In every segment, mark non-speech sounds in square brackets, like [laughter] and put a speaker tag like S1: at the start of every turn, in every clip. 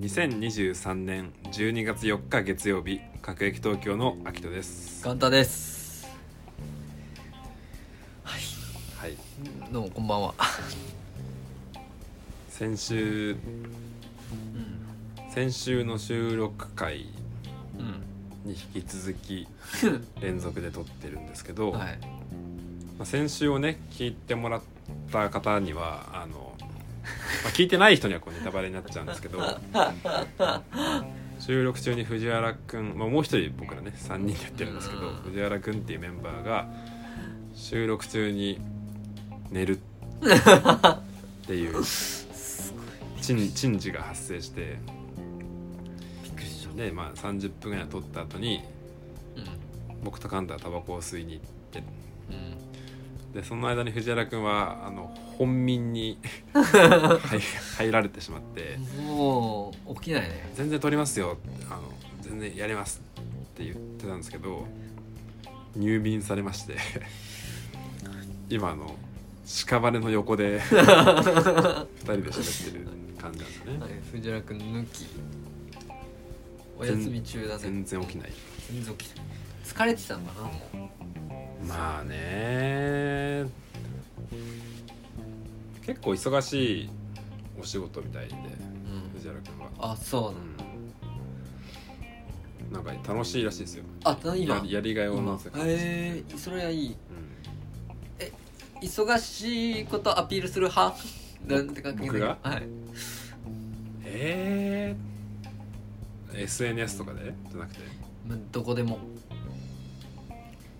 S1: 2023年12月4日月曜日各駅東京の秋人です
S2: カンタですはい
S1: はい
S2: どうもこんばんは、
S1: 先週
S2: うん
S1: 先週の収録回
S2: うん、
S1: に引き続き連続で撮ってるんですけど、
S2: [laughs] はい
S1: まあ、先週をね聞いてもらった方にはあの、まあ、聞いてない人にはこうネタバレになっちゃうんですけ
S2: [laughs]
S1: ど収録中に藤原くん、まあ、もう一人僕らね3人でやってるんですけど
S2: うん
S1: 藤原くんっていうメンバーが収録中に寝るっていう珍珍事が発生して、
S2: びっくりし
S1: でまあ、30分ぐらい撮った後に
S2: た
S1: 僕とカンタはタバコを吸いに行って
S2: うんうん
S1: でその間に藤原君はあの本眠に入入られてしまって
S2: もう起きないね
S1: 「全然撮りますよあの全然やります」って言ってたんですけど入眠されまして今あの屍の横で二人で喋ってる感じなんですよね
S2: はい藤原君抜きお休み中だね
S1: 全然起きない
S2: 全然起きない疲れてたんだなもう
S1: まあね結構忙しいお仕事みたいで
S2: うん
S1: 藤原君は。
S2: あそうなんだ
S1: うんなんか楽しいらしいですよ
S2: あた今
S1: やりやりがいを
S2: 今
S1: なせ
S2: えー、それはいい
S1: うん
S2: 忙しいことアピールする派なんて関係ない
S1: 僕が
S2: はい
S1: えー SNS とかでじゃなくて
S2: まあどこでも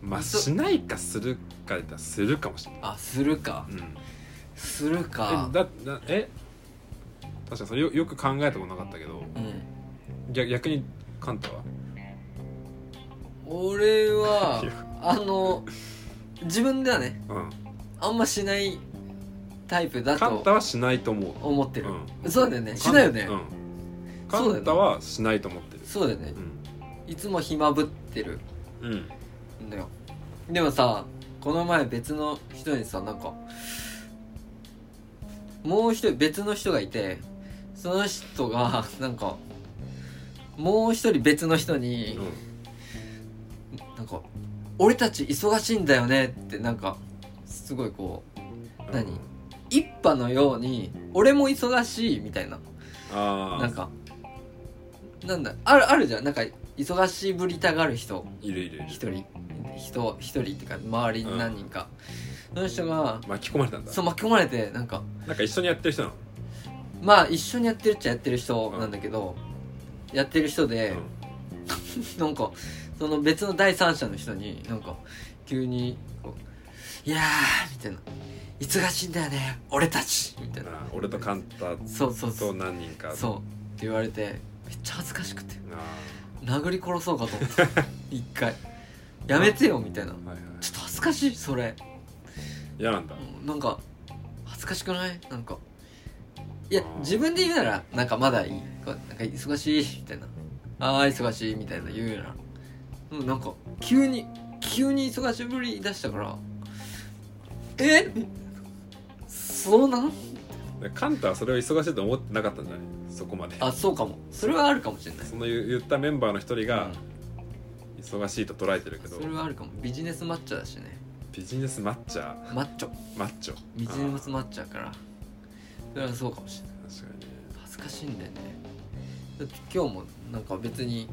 S1: まあ
S2: いそ
S1: しないかするかだったらするかもしれない、
S2: あするか
S1: うん、
S2: するか
S1: えだだえ確かにそれよよく考えたことなかったけど
S2: うん
S1: 逆逆にカンタは
S2: 俺はいあの自分ではね
S1: うん
S2: あんましないタイプだ
S1: カンタ
S2: と
S1: はしないと思う
S2: 思ってる、
S1: うん
S2: そうだよねしないよね、
S1: うん
S2: そうだ
S1: カ
S2: よね
S1: ンタはしないと思ってる
S2: そうだよねいつも暇ぶってる
S1: うんうん
S2: んだよでもさこの前別の人にさなんかもう一人別の人がいてその人がなんかもう一人別の人に、なんか「俺たち忙しいんだよね」ってなんかすごいこう
S1: うん
S2: 何一派のように「俺も忙しい」みたいな
S1: あ
S2: な
S1: あ
S2: んかなんだあるあるじゃんなんか忙しぶりたがる人
S1: いるいるいる
S2: 一人人一人っていうか周りに何人か、その人が
S1: 巻き込まれたんだ
S2: そう巻き込まれてなんか
S1: なんか一緒にやってる人なの
S2: まあ一緒にやってるっちゃやってる人なんだけど、やってる人で、なんかその別の第三者の人になんか急にこう「いやー」みたいな「忙しいんだよね俺たち」みたいな
S1: あー俺とカンタ
S2: そうそうそ
S1: と
S2: う
S1: 何人か
S2: そうって言われてめっちゃ恥ずかしくて
S1: あ
S2: 殴り殺そうかと思って
S1: [laughs]
S2: 一回やめてよみたいな
S1: ーはいはい
S2: ちょっと恥ずかしいそれ
S1: 嫌なんだ
S2: うんなんか恥ずかしくないなんかいや
S1: あー
S2: 自分で言うならなんかまだいいこうなんか忙しいみたいなあー忙しいみたいな言うならうんなんか急に急に忙しぶり出したからえそうなん
S1: でカンタはそれを忙しいと思ってなかったんじゃないそこまで
S2: あそうかもそれはあるかもしれない
S1: その言言ったメンバーの一人が
S2: う
S1: 忙しいと捉えてるけ
S2: ん
S1: ど
S2: それはあるかもビジネスマッチョだしね
S1: ビジネスマッチャー
S2: マッチョ
S1: マッチョ
S2: ビジネ
S1: あ
S2: スマッチョだからそれはそうかもしれない
S1: ー確かにね
S2: 恥ずかしいんだよねだって今日もなんか別に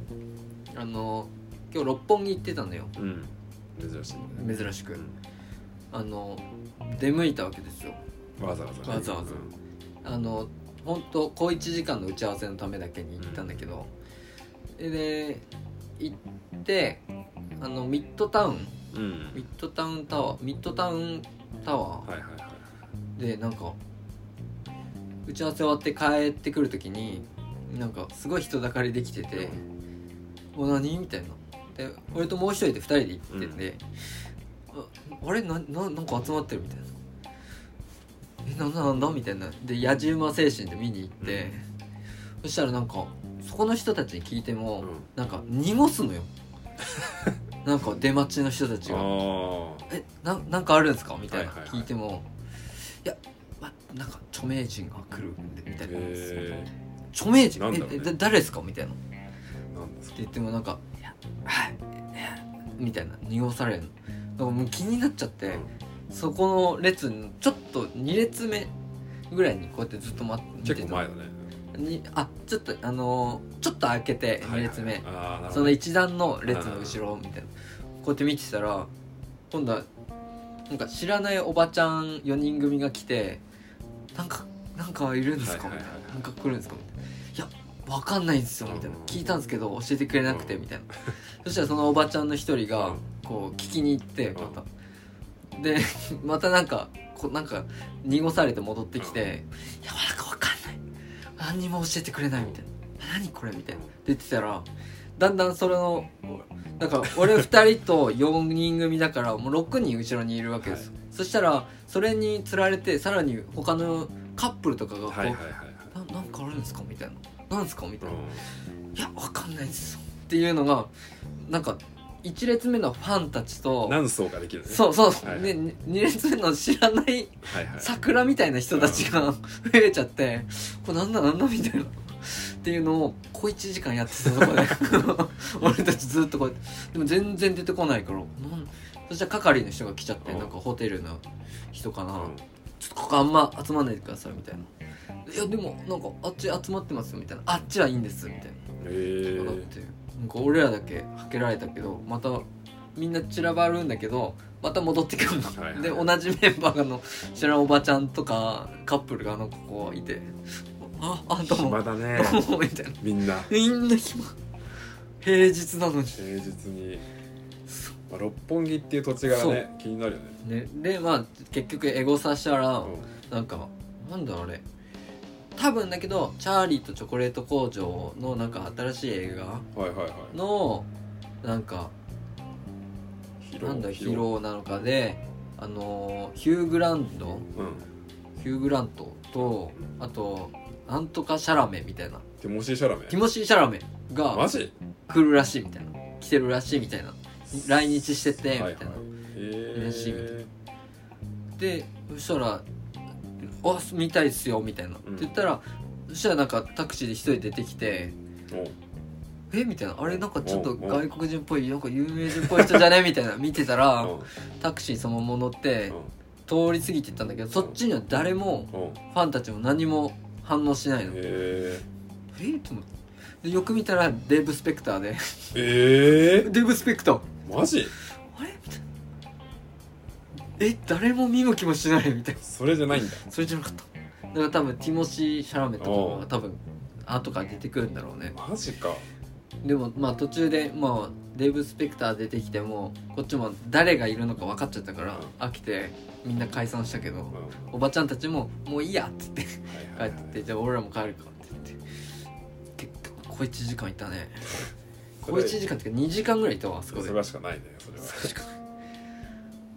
S2: あの今日六本木行ってたのよ
S1: うん珍しいね
S2: 珍しくあの出向いたわけですよ
S1: うんわざわざね
S2: わざわざあの本当小1時間の打ち合わせのためだけに行ったんだけど、で行ってあのミッドタウン
S1: うんうん
S2: ミッドタウンタワーミッドタウンタワ
S1: はいはいはい
S2: ーでなんか打ち合わせ終わって帰ってくる時になんかすごい人だかりできてて、お何みたいなで俺ともう一人で二人で行ってて、ああれなななんか集まってるみたいなえなんだなんだみたいなで野じ馬精神で見に行って、そしたらなんかそこの人たちに聞いても、
S1: うん
S2: なんか濁
S1: [laughs]
S2: すのよなんか出待ちの人たち
S1: あ
S2: が
S1: ー
S2: 「えななんかあるんですか?」みたいな、
S1: はいはいはい
S2: 聞いても「いや、ま、なんか著名人が来るんで」みたいな
S1: へ
S2: 著名人
S1: なんだろう
S2: え
S1: ね
S2: えだ誰ですかみたいなって
S1: なんですか
S2: 言ってもなんか「いやはいいやみたいな濁されるのなんかもう気になっちゃって、そこの列にちょっと2列目ぐらいにこうやってずっと待って
S1: 結構前だね
S2: にあちょっとあのーちょっと開けて2列目、
S1: はいはいあーなるほ
S2: そ
S1: ど
S2: の一段の列の後ろみたいなこうやって見てたら今度はなんか知らないおばちゃん4人組が来て「なんかなんかいるんですか?」
S1: はい
S2: みた
S1: はいい
S2: な
S1: はい
S2: 「なんか来るんですか?」みたいな「いやわかんないんですよ」みたいな
S1: うん
S2: 聞いたんですけど教えてくれなくて
S1: うん
S2: みたいなそしたらそのおばちゃんの一人が
S1: うん
S2: こう聞きに行ってまたで [laughs] またなんかこうなんか濁されて戻ってきて「いやなんかわかんない何にも教えてくれない」みたいな「何これ」みたいな出てたらだんだんそれのなんか俺2人と4人組だからもう6人後ろにいるわけですよ、そしたらそれにつられてさらに他のカップルとかがこう、
S1: はいはいはいはい
S2: ななんかあるんですかみたいななんですかみたいな、
S1: うん
S2: いやわかんないですよっていうのがなんか1列目のファンたちと
S1: 何層かできるね
S2: そうそう、
S1: はい
S2: ね、2列目の知らない
S1: はいはい
S2: 桜みたいな人たちが増えちゃってこれなんだなんだみたいなっていうのを小1時間やってたと
S1: [laughs]
S2: こで俺たちずっとこうやってでも全然出てこないからなんそしたら係の人が来ちゃって
S1: うん
S2: なんかホテルの人かな、
S1: うん
S2: ちょっとここあんま集まんないでくださいみたいないやでもなんかあっち集まってますよみたいなあっちはいいんですみたいな
S1: へ
S2: だっ
S1: ー
S2: てなんか俺らだけはけられたけどまたみんな散らばるんだけどまた戻ってくるの、
S1: はいはい
S2: で同じメンバーがの知らんおばちゃんとかカップルがなんかこういて「ああどうも
S1: 暇」だね
S2: どうもみたいな
S1: みんな
S2: みんな暇平日なのに
S1: 平日に、まあ、六本木っていう土地が
S2: そう
S1: ね気になるよね
S2: ねでまあ結局エゴサしたらなんかなんだろうあれ多分だけど「チャーリーとチョコレート工場」のなんか新しい映画
S1: うんはいはいはい
S2: のなんか
S1: 疲
S2: なんだ
S1: 疲
S2: 疲労なのかであのーヒュー・グランド
S1: うん
S2: ヒュー・グラントとあとなんとかシャラメみたいな
S1: ティモシー・シャラメ
S2: ティモシー・シャラメ
S1: マ
S2: が
S1: ジ
S2: 来るらしいみたいな来てるらしいみたいな来日しててみたいな、
S1: はいはいへ
S2: 嬉しいみたい
S1: え
S2: でそしたら「あ見たいっすよ」みたいな、
S1: うん
S2: って言ったらそしたらなんかタクシーで一人出てきて
S1: お
S2: 「えみたいな「あれなんかちょっ
S1: お
S2: と
S1: うおう
S2: 外国人っぽいなんか有名人っぽい人じ
S1: [laughs]
S2: ゃね?」みたいな見てたら
S1: うん
S2: タクシーにそのまま乗っ
S1: う
S2: て
S1: ん
S2: 通り過ぎてったんだけどそっちには誰も
S1: うん
S2: ファンたちも何も反応しないのえ
S1: へ
S2: ーと思ってでよく見たらデーブ・スペクターで [laughs]
S1: ええ
S2: デーブ・スペクター
S1: ー、マジ
S2: あれみたいなえ誰も見向きもしないみたいな
S1: それじゃないんだ
S2: それじゃなかっただから多分ティモシー・シャラメとかが多分後から出てくるんだろうね
S1: マジか
S2: でもまあ途中でまあデーブ・スペクター出てきてもこっちも誰がいるのか分かっちゃったから飽きてみんな解散したけど
S1: うんは
S2: おばちゃんたちも「もういいや」っつって
S1: い
S2: 帰
S1: は
S2: っ
S1: い
S2: て
S1: は
S2: っ
S1: い
S2: て、じゃあ俺らも帰るかって言って結局小1時間いたね
S1: そ
S2: 小
S1: れ
S2: 1時間っていうか2時間ぐらいいたわあそこで
S1: それしかないねそれは
S2: それしかない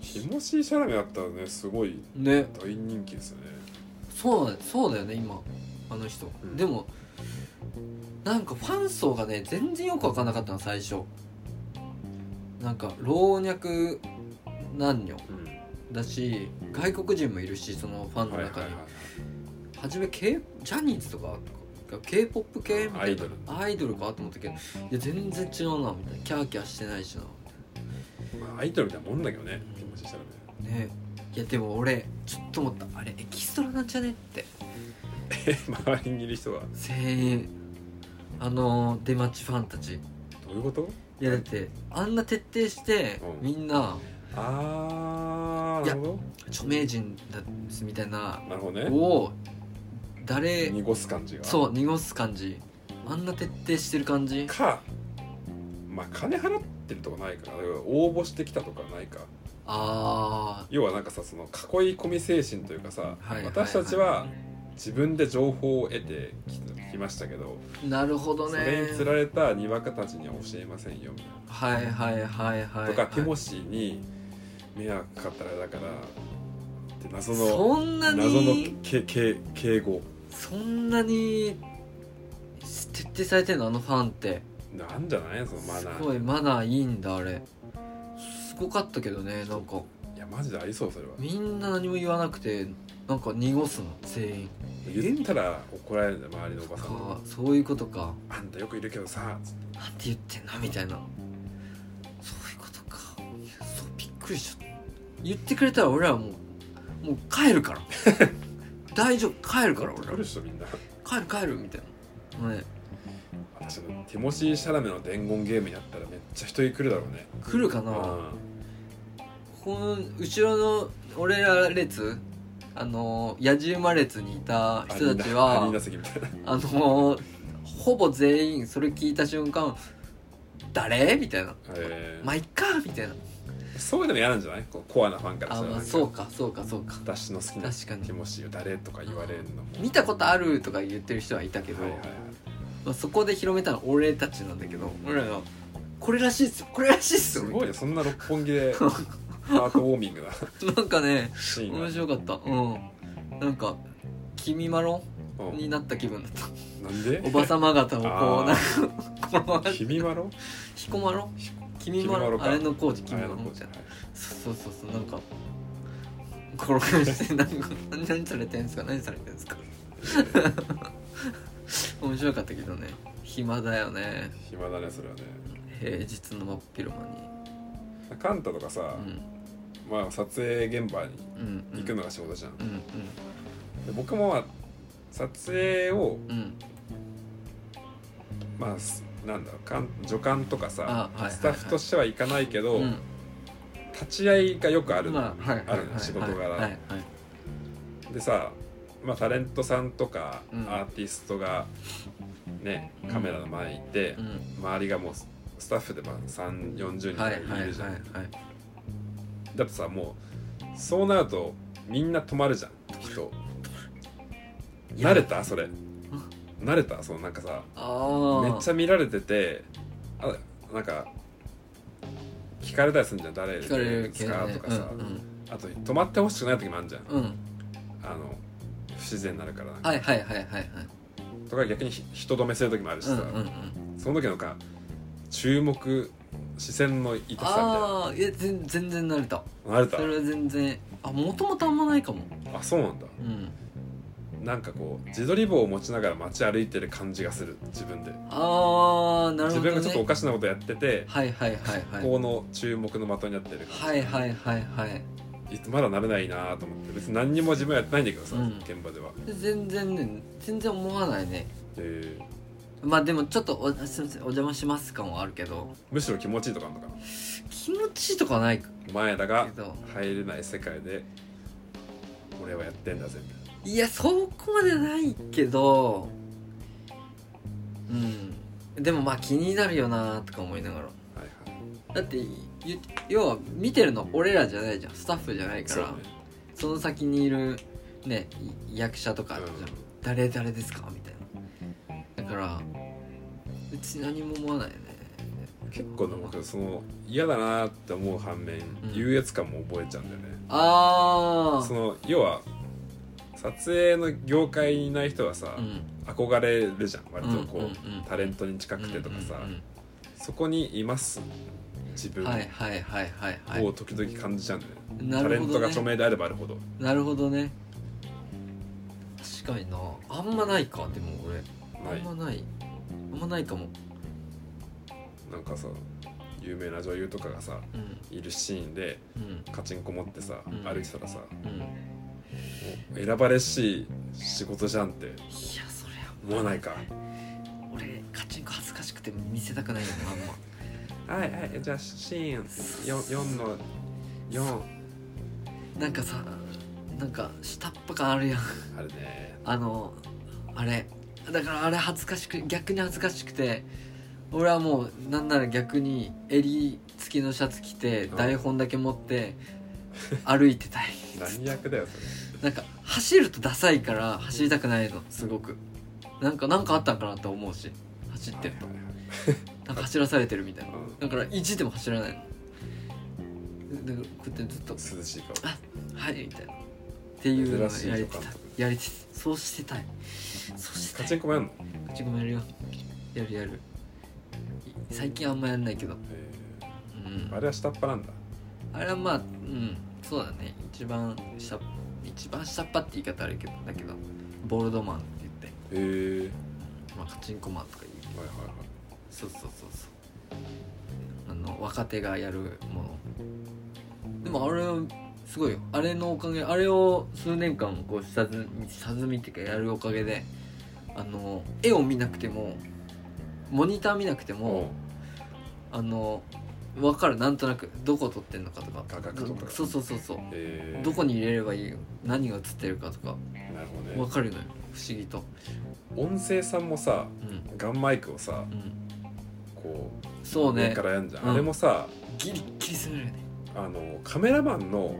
S1: ティモシー・シャラメだったらねすごい
S2: ね
S1: 大人気ですよね
S2: そうだそうだよね今あの人、
S1: うん
S2: でもなんかファン層がね全然よく分かんなかったの最初なんか老若男女
S1: うん
S2: だし外国人もいるしそのファンの
S1: はいはい
S2: 中
S1: は
S2: に
S1: い
S2: 初め、K、ジャニーズとか k p o p 系みた
S1: アイ
S2: い
S1: ドル
S2: なアイドルかと思ったけどいや全然違うなみたいなキャーキャーしてないしな
S1: まあアイドルみたいなもんだけどねティモシー・シャラメ
S2: ねいやでも俺ちょっと思ったあれエキストラなんじゃねって
S1: え周りにいる人は
S2: 声援あのー出待ちファンたち
S1: どういうこと
S2: いやだってあんな徹底して
S1: うん
S2: みんな
S1: あー
S2: い
S1: な
S2: や
S1: るほ
S2: 著名人だみたいな
S1: どなるほどね
S2: を誰
S1: 濁す感じが
S2: そう濁す感じあんな徹底してる感じ
S1: かまあ金払ってるとかないから応募してきたとかないか
S2: あ
S1: 要はなんかさその囲い込み精神というかさ、
S2: はいはい
S1: 私たちは自分で情報を得てききましたけど
S2: ーなるほど
S1: そ
S2: ね
S1: れにつられたにわかたちには教えませんよみたい
S2: はいはいはいはい、
S1: な
S2: はい、
S1: とかティモシーに迷惑かかったらだからって謎の
S2: そんなに
S1: 謎のけけ敬語
S2: そんなに徹底されてんのあのファンって
S1: なんじゃないそのマナ
S2: す
S1: ー
S2: ごいマナーいいんだあれすごかったけどねなんか
S1: いやマジでありそうそれは
S2: みんな何も言わなくてなんか濁すの全員
S1: 言ったら怒られるんだよ周りのおばさん
S2: か
S1: も
S2: そういうことか
S1: 「あんたよくいるけどさ」つって
S2: なんて言ってんのみたいなそういうことかいやそうびっくりしちゃった言ってくれたら俺らはもうもう帰るから
S1: [laughs]
S2: 大丈夫帰るから俺ら
S1: 来る人みんな
S2: 帰る帰るみたいなね
S1: 私のティモシー・シャラメの伝言ゲームやったらめっちゃ人来るだろうね
S2: 来るかなこ
S1: う
S2: この後ろの俺ら列あの野じ馬列にいた
S1: ん
S2: 人たち
S1: アリ
S2: は
S1: ーナ席みたい
S2: [laughs]
S1: な
S2: あのほぼ全員それ聞いた瞬間「誰?」みたいな
S1: え
S2: 「
S1: ー
S2: まあ、いっか」みたいな
S1: そういうのも嫌なんじゃないこうコアなファンからし
S2: あ、
S1: たら
S2: ま
S1: なん
S2: あ、
S1: か
S2: そうかそうかそうか
S1: 私の好きな
S2: 確かに
S1: ティモシーを誰とか言われるのも
S2: 見たことあるとか言ってる人はいたけど、
S1: はいはいはい
S2: まあ、そこで広めたのは俺たちなんだけど俺らがこれらしいっすよこれらしいっす
S1: す
S2: よ
S1: ごいねそんな六本木で
S2: [laughs]
S1: ハートウォーミングな
S2: なんかね
S1: シーンが
S2: 面白かったうんなんか「君まろ」
S1: うん
S2: になった気分だった
S1: なんで
S2: おばさま方をこう
S1: あ
S2: なんかこう
S1: ひびまろ
S2: ひこまろ
S1: ひ
S2: 君ま
S1: 君まろ
S2: ろ
S1: か
S2: あれの工事君ま
S1: 綾
S2: ろ
S1: 野剛
S2: じ
S1: じ
S2: ゃ
S1: ゃ
S2: ん
S1: ない
S2: そうそうそうそうなんか転がしてなんか何されてんすか何されてんすか面白かったけどね暇だよね
S1: 暇だねそれはね
S2: 平日の真っ昼間に
S1: カンタとかさ、まあ撮影現場に
S2: うんうん
S1: 行くのが仕事じゃん、
S2: うん
S1: で僕も、まあ、撮影を
S2: うんうん
S1: まあすなんだろうかん助監とかさ
S2: あはいはいはい
S1: スタッフとしては行かないけど、
S2: うん
S1: 立ち会いがよくある、
S2: まあはい
S1: あるの仕事柄
S2: はいはいはい
S1: でさ、まあ、タレントさんとかア
S2: うん
S1: ーティストがね、カメラの前にいて、
S2: うん
S1: 周りがもうススタッフでまあ3 4 0人とか
S2: はいいはいはい
S1: るじゃん、
S2: はい
S1: だってさもうそうなるとみんな止まるじゃん人
S2: いや
S1: 慣れたそれ慣れたそのなんかさ
S2: あ
S1: め
S2: あ
S1: っちゃ見られててあなんか聞かれたりするんじゃん誰
S2: 聞かれる
S1: で
S2: け
S1: す
S2: ど
S1: か
S2: ね
S1: とかさ、
S2: うん
S1: あと止まってほしくない時もあるじゃん、
S2: うんうん
S1: あの不自然になるからなんか
S2: はいはいはいはいはい
S1: とか逆にひ人止めする時もあるし
S2: うん
S1: さ、
S2: うんうん
S1: その時のなんか注目視線の痛さ
S2: ああいや全全然慣れた
S1: みたいな慣れ
S2: それは全然あもともとあんまないかも
S1: たあそうなんだ
S2: うん
S1: なんかこう自撮り棒を持ちながら街歩いてる感じがする自分で、
S2: ああなる
S1: 自
S2: ほど
S1: 分がちょっとお
S2: ね
S1: かしなことやってて、
S2: はいはいはいはい
S1: この注目の的になってる、
S2: はいはいはいはい
S1: いつまだ慣れないなと思って別に何にも自分はやってないんだけどさ、
S2: うん
S1: 現場では
S2: で全然ね全然思わないね
S1: えー
S2: まあでもちょっとおすいませんお邪魔します感はあるけど
S1: むしろ気持ちいいとかあんのかな
S2: 気持ちいいとかはないけ
S1: お前らが
S2: ど
S1: 入れない世界で俺はやってんだぜみたい
S2: いやそこまでないけどうんでもまあ気になるよなとか思いながら
S1: なはいはい
S2: だってゆ要は見てるの俺らじゃないじゃんスタッフじゃないか
S1: そう
S2: ら
S1: ね
S2: そ,、の先にいるねい役者とかあるじゃん、誰誰ですかみたいなだから別に何も思わないよね
S1: うん結構なんかその嫌だなって思う反面、
S2: うん
S1: 優越感も覚えちゃうんだよね
S2: あ
S1: その要は撮影の業界にいない人はさ、
S2: あうん
S1: 憧れるじゃん割とこう、
S2: うんうんうん
S1: タレントに近くてとかさ、
S2: うんうん
S1: そこにいます自
S2: う
S1: 分
S2: ん
S1: を
S2: はいはいはいはいはい
S1: 時々感じちゃうんだよね、
S2: な
S1: タレ
S2: る
S1: ン
S2: ほ
S1: トが
S2: ど
S1: 著
S2: ね
S1: 名であればあるほど
S2: なるほどね確かになあんまないかでも俺
S1: ない
S2: あんまないあんまないかも
S1: なんかさ有名な女優とかがさ
S2: うん
S1: いるシーンで
S2: うん
S1: カチンコ持ってさ、
S2: うん
S1: 歩いてたらさ
S2: うんいや
S1: 選ばれしい仕事じゃんって
S2: そりゃ
S1: 思わないか
S2: 俺カチンコ恥ずかしくて見せたくないよねあんま
S1: はいはいじゃあシーン 4, 4の4
S2: なんかさなんか下っ端感あるやん
S1: あるね
S2: あのあれだからあれ恥ずかしく逆に恥ずかしくて俺はもうなんなら逆に襟付きのシャツ着て
S1: うん
S2: 台本だけ持って歩いてたい
S1: [laughs] 何役だよそれ
S2: なんか走るとダサいから走りたくないのすごくなんかなんかあったんかなって思うし走ってると
S1: はいはいはい
S2: なんか走らされてるみたいな
S1: う
S2: だから意地でも走らないのだからこうやってずっと
S1: ん涼しい顔
S2: 「はい」みたいなっていうのをやれてた
S1: 珍しいとか
S2: やれてたそうしてたいそうしてた
S1: カ
S2: い
S1: チンコもやんの、
S2: カチンコもやるよやるやるい最近あんまやんないけど、
S1: え
S2: うん
S1: ーあれは下っ端なんだ
S2: あれはまあうんそうだね一番下一番下っ端って言い方あるけどだけどボールドマンって言って、
S1: えー、
S2: まあ、カチンコマンとか言うけど
S1: はいはいはい
S2: そうそうそうそうあの若手がやるものでもあれはすごいよあれのおかげあれを数年間こう下積み下積みっていうかやるおかげであの絵を見なくてもモニター見なくても、あの分かるなんとなくどこ撮ってんのかとか
S1: 画角とか
S2: そうそうそうそう
S1: えー、
S2: どこに入れればいいよ何が映ってるかとか
S1: なるほ
S2: 分
S1: どね
S2: かるのよ不思議と
S1: 音声さんもさ
S2: うん
S1: ガンマイクをさ
S2: うん
S1: こう
S2: そう
S1: 上
S2: ね
S1: からやんじゃん、
S2: うん
S1: あれもさ
S2: ギリッギリするよね
S1: あのカメラマンの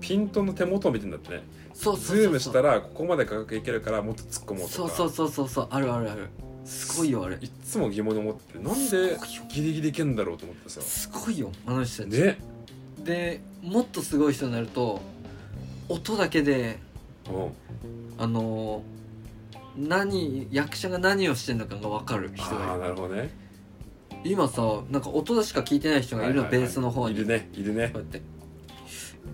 S1: ピントの手元を見てんだってね
S2: そうそうそうそう
S1: ズームしたらここまで価格いけるからもっと突っ込もうとか
S2: そうそうそうそうそうあるあるあるすごいよあれ
S1: いっつも疑問に思っててなんでギリギリいけんだろうと思ってさ
S2: すごいよあの人たち、
S1: ね
S2: でもっとすごい人になると音だけで
S1: うん
S2: あのー何役者が何をしてんのかが分かる人
S1: ああ
S2: が
S1: なるほどね
S2: いる今さなんか音しか聞いてない人がいるの、
S1: はいはいはい
S2: ベースの方に
S1: いるねいるね
S2: こうやって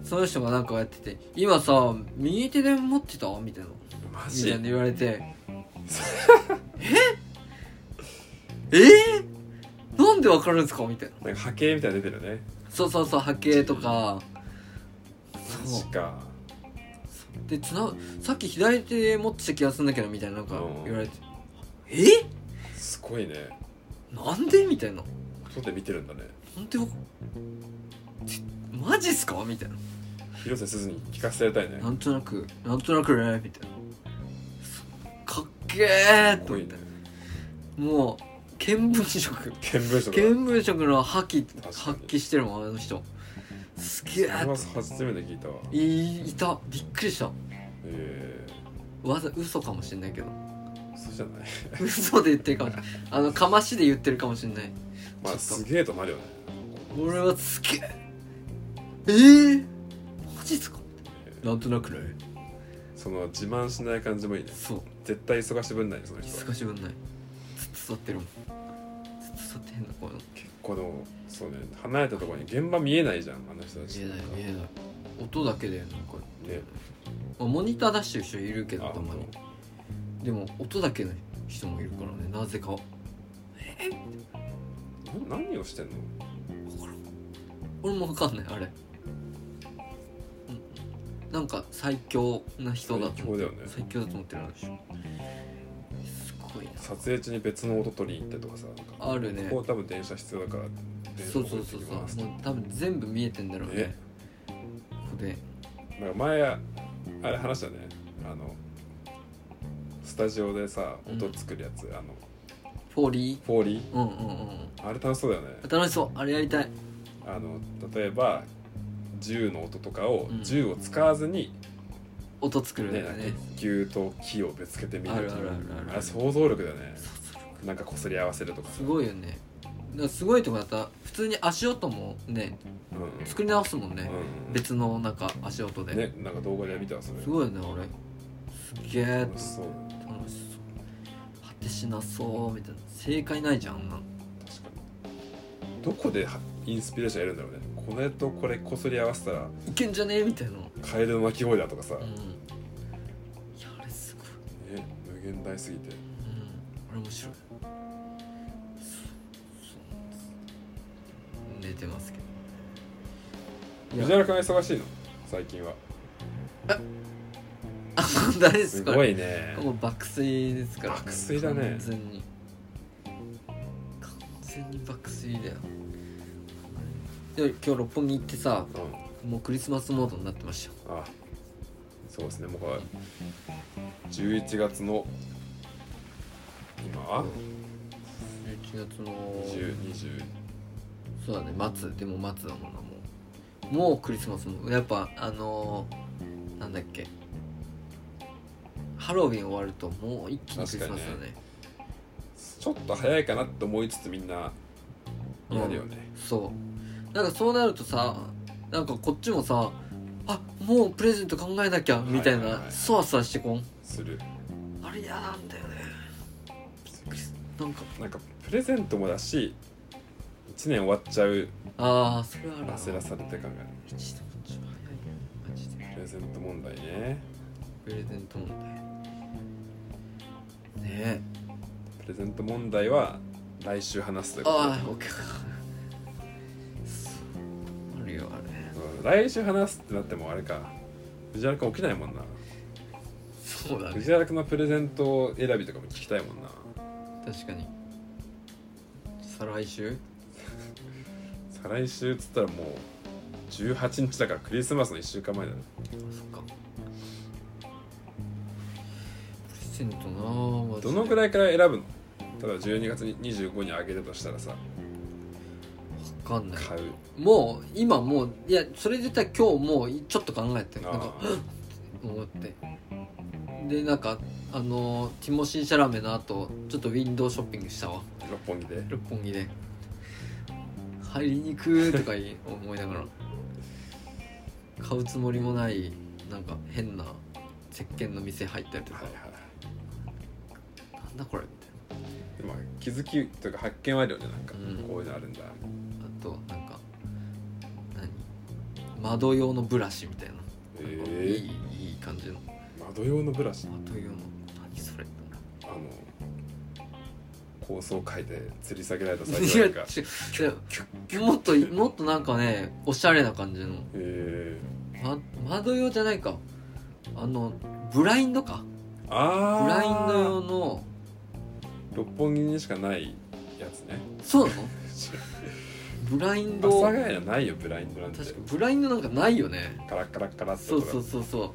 S2: その人がなんかやってて「今さ右手で持ってた?」みたいな
S1: マ
S2: みた
S1: ジ
S2: いな言わ
S1: [laughs]
S2: れて
S1: そ
S2: ええー、なんでわかるんですかみたいな
S1: なんか波形みたいなの出てるね
S2: そうそうそう波形とかそ
S1: 確か
S2: うでつなさっき左手で持ってた気がするんだけどみたいななんか
S1: うん
S2: 言われてえ
S1: すごいね
S2: なんでみたいな
S1: 外で見てるんだね
S2: 本当よちマジっすかみたいな
S1: 広瀬すずに聞かせてやりたいね
S2: なんとなくなんとなくねみたいなかっけえ
S1: かっ
S2: と
S1: こ
S2: 思
S1: い
S2: っ
S1: いね
S2: てもう見聞色
S1: 見聞色
S2: 見聞色の覇気
S1: 確かに
S2: 発揮してるもんあの人すげえ
S1: だあれは初めて聞いたわへ
S2: いいたびっくりした
S1: え
S2: わざ嘘かもしれないけど [laughs]
S1: そうじゃない
S2: 嘘で言ってるかもしれないあのかましで言ってるかもしれない
S1: ま
S2: ちょっ
S1: あ
S2: と
S1: すげえとなるよね
S2: 俺はすげええー、マジっすかなんとなくない
S1: その自慢しない感じもいいね
S2: そう
S1: 絶対忙しぶんないねその人は
S2: 忙しぶんないずっと座ってるもんずっと座ってんのこの
S1: 結構でもそうね離れたところに現場見えないじゃんあの人たち
S2: 見えない見えない音だけでなんか、
S1: ね
S2: まあ、モニター出してる人いるけど
S1: あ
S2: たまに
S1: 本
S2: でも音だけの人もいるからねなぜか
S1: 当な何をしてんの
S2: 俺も分かんないあれうんなんか最強な人だと
S1: 最強
S2: 思って
S1: だよね
S2: 最強だと思ってるあるでしょすごいな
S1: 撮影中に別の音取りに行ったりとかさなんか
S2: あるね
S1: ここ多分電車必要だから電車
S2: そう
S1: 持
S2: そう
S1: って
S2: そう
S1: きます
S2: そうもう多分全部見えてんだろうね
S1: ね
S2: ここで
S1: なんか前あれ話したねあのスタジオでさ
S2: うん
S1: 音作るやつ、あの
S2: フォーリ
S1: フォーリ
S2: ーうんうんうん
S1: ーあれ楽しそうだよね
S2: うん楽しそうあれやりたい
S1: あの例えば銃の音とかを、
S2: うん
S1: 銃を使わずに、
S2: 音作るんだ
S1: ね
S2: よね
S1: 鉄球と木をぶつけてみる
S2: ある
S1: と
S2: あ
S1: か
S2: るあるある
S1: あれ想像力だよね
S2: そうそう
S1: なんかこすり合わせるとか
S2: すごいよねだからすごいとこだったら普通に足音もね
S1: うんうん
S2: 作り直すもんね、
S1: うん
S2: 別のなんか足音で、
S1: ねなんか動画で見たわそれ
S2: すごいよね俺すげえ楽
S1: 楽し
S2: し
S1: そう
S2: そう果てしなそうみたいな正解ないじゃんあんなの
S1: 確かにどこではインスピレーションやるんだろうねこれとこれこすり合わせたら
S2: いけんじゃねえみたいなうん
S1: カエルの鳴き声だとかさ、ね
S2: いやあれすごい、
S1: 無限大すぎて
S2: うん、あれ面白いそうそう寝てますけど
S1: 藤原君は忙しいの最近は
S2: あ [laughs] 誰です
S1: す
S2: か
S1: ごいね
S2: もう爆睡ですから
S1: 爆睡だね
S2: 完全に完全に爆睡だよで今日六本木行ってさ
S1: うん
S2: もうクリスマスモードになってましたよ
S1: あそうですねもうこれ11月の今は
S2: 11月の
S1: 1020
S2: そうだね末でも末だもんなもうもうクリスマスもやっぱあのー、なんだっけハロウィン終わるともう一気にクリスマスだね
S1: ちょっと早いかなって思いつつみんなやるよね、
S2: そうなんかそうなるとさなんかこっちもさあもうプレゼント考えなきゃみたい
S1: はいはい
S2: な
S1: はい
S2: そわそわしてこん
S1: する
S2: あれ嫌なんだよねなんか
S1: なんかプレゼントもだし1年終わっちゃう
S2: ああそれはあるな
S1: 焦らされて感がある
S2: 一度もちょっと早いよマジで
S1: プレレゼント問題ね
S2: プレゼント問題ねえ
S1: プレゼント問題は来週話すということで
S2: ああ OK かそうあるよあれ
S1: うん来週話すってなってもあれか藤原君起きないもんな
S2: そうだね
S1: 藤原君のプレゼント選びとかも聞きたいもんな
S2: 確かに再来週
S1: 再来週っつったらもう18日だからクリスマスの1週間前だね
S2: あそっかプレゼントなあマジで
S1: どのぐらいから選ぶの例えば12月に25にあげるとしたらさ
S2: わかんない
S1: 買う
S2: もう今もういやそれで言ったら今日もうちょっと考えてなん [laughs] か
S1: あー
S2: 思ってでなんかあのーティモシー・シャラメの後ちょっとウィンドウショッピングしたわ
S1: 六本木で
S2: 六本木で入りにくーとか言い思いな
S1: [laughs]
S2: がら買うつもりもないなんか変な石鹸の店入ったりとか
S1: はいはい
S2: なんだこれみたいな
S1: でも気づきというか発見はあるよねなんか、
S2: うん
S1: こういうのあるんだ
S2: あとなんか何窓用のブラシみたいな、
S1: え
S2: い
S1: ー、
S2: いいい感じの
S1: 窓用のブラシ
S2: 窓用の何それ
S1: あの構想書いて吊り下げられた最
S2: [laughs] い
S1: 中
S2: や
S1: な
S2: 違
S1: んか
S2: う違うもっともっとなんかねおしゃれな感じの、
S1: え
S2: ま、窓用じゃないかあのブラインドか
S1: ー、ああ
S2: ブラインド用の
S1: 六本木にしかないやつね
S2: そう
S1: [laughs]
S2: なのブライン
S1: 阿
S2: ド
S1: 佐ヶ谷
S2: 確か
S1: にはないよブラインドなんて
S2: ブラインドなんかないよね
S1: カラッカラッカラッ
S2: そうそうそうそう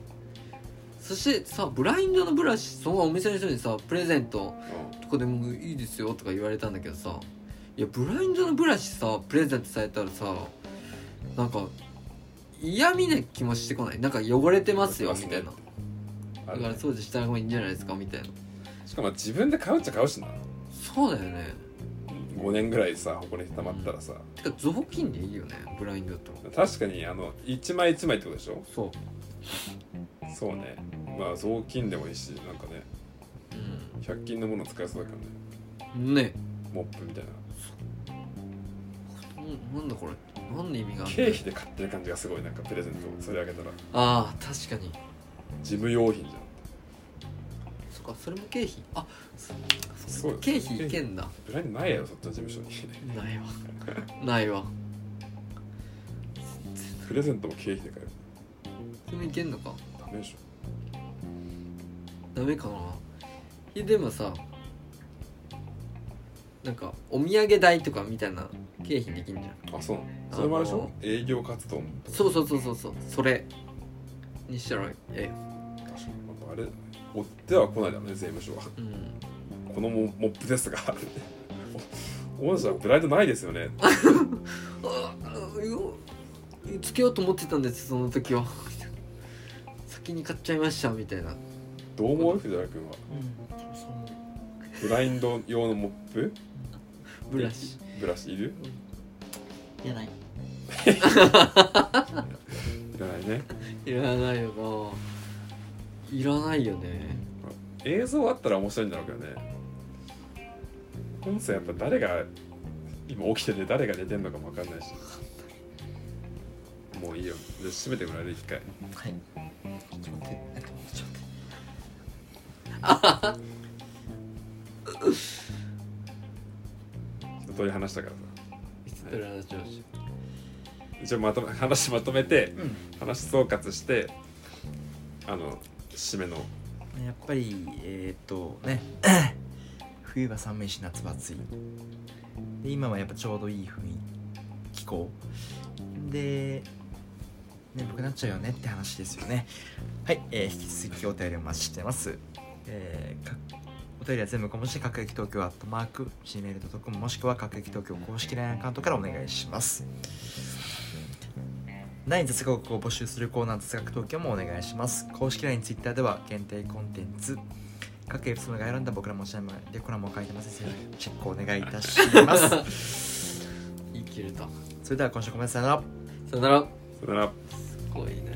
S2: そしてさブラインドのブラシそのお店の人にさプレゼントとかでもいいですよとか言われたんだけどさいやブラインドのブラシさプレゼントされたらさなんか嫌味な気もしてこないなんか汚れてますよみたいなだから掃除した方がいいんじゃないですかみたいな
S1: しかも自分で買うっちゃ買うしな
S2: そうだよね
S1: 5年ぐらいさこれたまったらさ、
S2: てか雑巾でいいよねブラインドと
S1: 確かにあの一枚一枚ってことでしょ
S2: そう
S1: そうねまあ雑巾でもいいしなんかね100均のもの使えそうだけどね
S2: うんね
S1: モップみたいな
S2: ななんだこれ何の意味があ
S1: 経
S2: る
S1: 費で買ってる感じがすごいなんかプレゼントそれあげたら
S2: ああ確かに
S1: 事務用品じ
S2: そっかそれも経費あそ
S1: ゃんそう
S2: 経費いけんだ
S1: ブラインドないやろそっちの事務所に [laughs]
S2: ないわないわ
S1: プレゼントも経費で買える
S2: それもいけんのか
S1: ダメでしょ
S2: ダメかないやでもさなんかお土産代とかみたいな経費できんじゃん
S1: あそうなのそれもあれでし
S2: あ
S1: ょ
S2: の
S1: 営業活動も
S2: そうそうそうそうそうそれにしたらえ
S1: 確かにあれ追っては来ないだろうね税務署は
S2: えうん
S1: このモモップですが御社はブラインドないですよね
S2: ああよつけようと思ってたんですその時は [laughs] 先に買っちゃいましたみたいな、
S1: どう思う藤原君はブラインド用のモップ
S2: ブラシ
S1: ブラシいる
S2: いらない
S1: いらないね
S2: いらないよないらないよね
S1: 映像あったら面白いんだろうけどね本社やっぱ誰が今起きてて誰が寝てんのかも分かんないしもういいよじゃあ閉めてもらえる一回
S2: はいちょっと待ってちょっと待って
S1: 一通り話したから
S2: いつ取り話しま
S1: さ
S2: しょ
S1: 一応まとめ話まとめて
S3: う
S1: 話総括してあの締めの
S3: ん、やっぱりえーっとね [coughs] 冬は寒いし夏は暑いで今はやっぱちょうどいい雰囲気気候で眠くなっちゃうよねって話ですよねはい、えー引き続きお便りお待ちしてます、えーかお便りは全部小文字で各駅東京アットマーク Gmail.com もしくは各駅東京公式 LINE アカウントからお願いします第2雑学を募集するコーナー雑学東京もお願いします公式 LINE、Twitter では限定コンテンツ各エピソードが選んだ僕らもチャイムでコラムを書いてますのでチェックお願いいたします
S2: う言い切れた
S3: それでは今週ここまでさよなら
S2: さよなら
S1: さよなら
S2: すごいね